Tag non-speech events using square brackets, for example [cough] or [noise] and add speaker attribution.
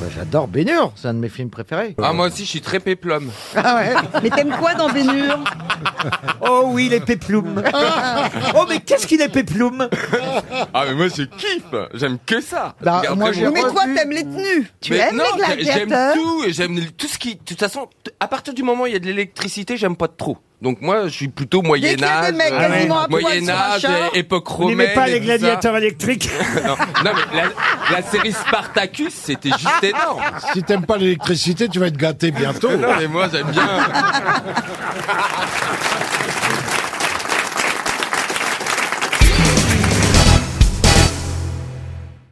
Speaker 1: Bah, J'adore Bénur, c'est un de mes films préférés.
Speaker 2: Ah, moi aussi, je suis très péplum.
Speaker 1: Ah ouais
Speaker 3: Mais t'aimes quoi dans Bénure
Speaker 4: Oh oui, les péplumes. oh mais qu'est-ce qu'il est péplume
Speaker 2: [laughs] Ah, mais moi, je kiffe. J'aime que ça.
Speaker 1: Bah,
Speaker 2: Regarde,
Speaker 1: moi,
Speaker 2: très
Speaker 1: j'ai
Speaker 2: bon.
Speaker 3: Mais quoi,
Speaker 1: revu.
Speaker 3: t'aimes les tenues Tu
Speaker 2: Mais
Speaker 3: aimes
Speaker 2: non, j'ai-
Speaker 3: les
Speaker 2: J'aime
Speaker 3: gladiateurs
Speaker 2: tout, et j'aime tout ce qui. De toute façon, t- à partir du moment où il y a de l'électricité, j'aime pas de trop. Donc moi, je suis plutôt
Speaker 3: Dès qu'il y a
Speaker 2: Moyen-Âge. euh,
Speaker 3: des mecs
Speaker 4: Ah ouais.
Speaker 3: quasiment à poil sur un
Speaker 2: Moyen-Âge,
Speaker 3: char,
Speaker 2: et époque romaine.
Speaker 4: N'aimez pas
Speaker 2: et
Speaker 4: les
Speaker 2: tout ça.
Speaker 4: gladiateurs électriques
Speaker 2: Non, non, mais la, la série Spartacus, c'était
Speaker 3: [laughs]
Speaker 2: juste énorme.
Speaker 5: Si t'aimes pas l'électricité, tu vas être gâté bientôt.
Speaker 2: Non, mais moi, j'aime bien.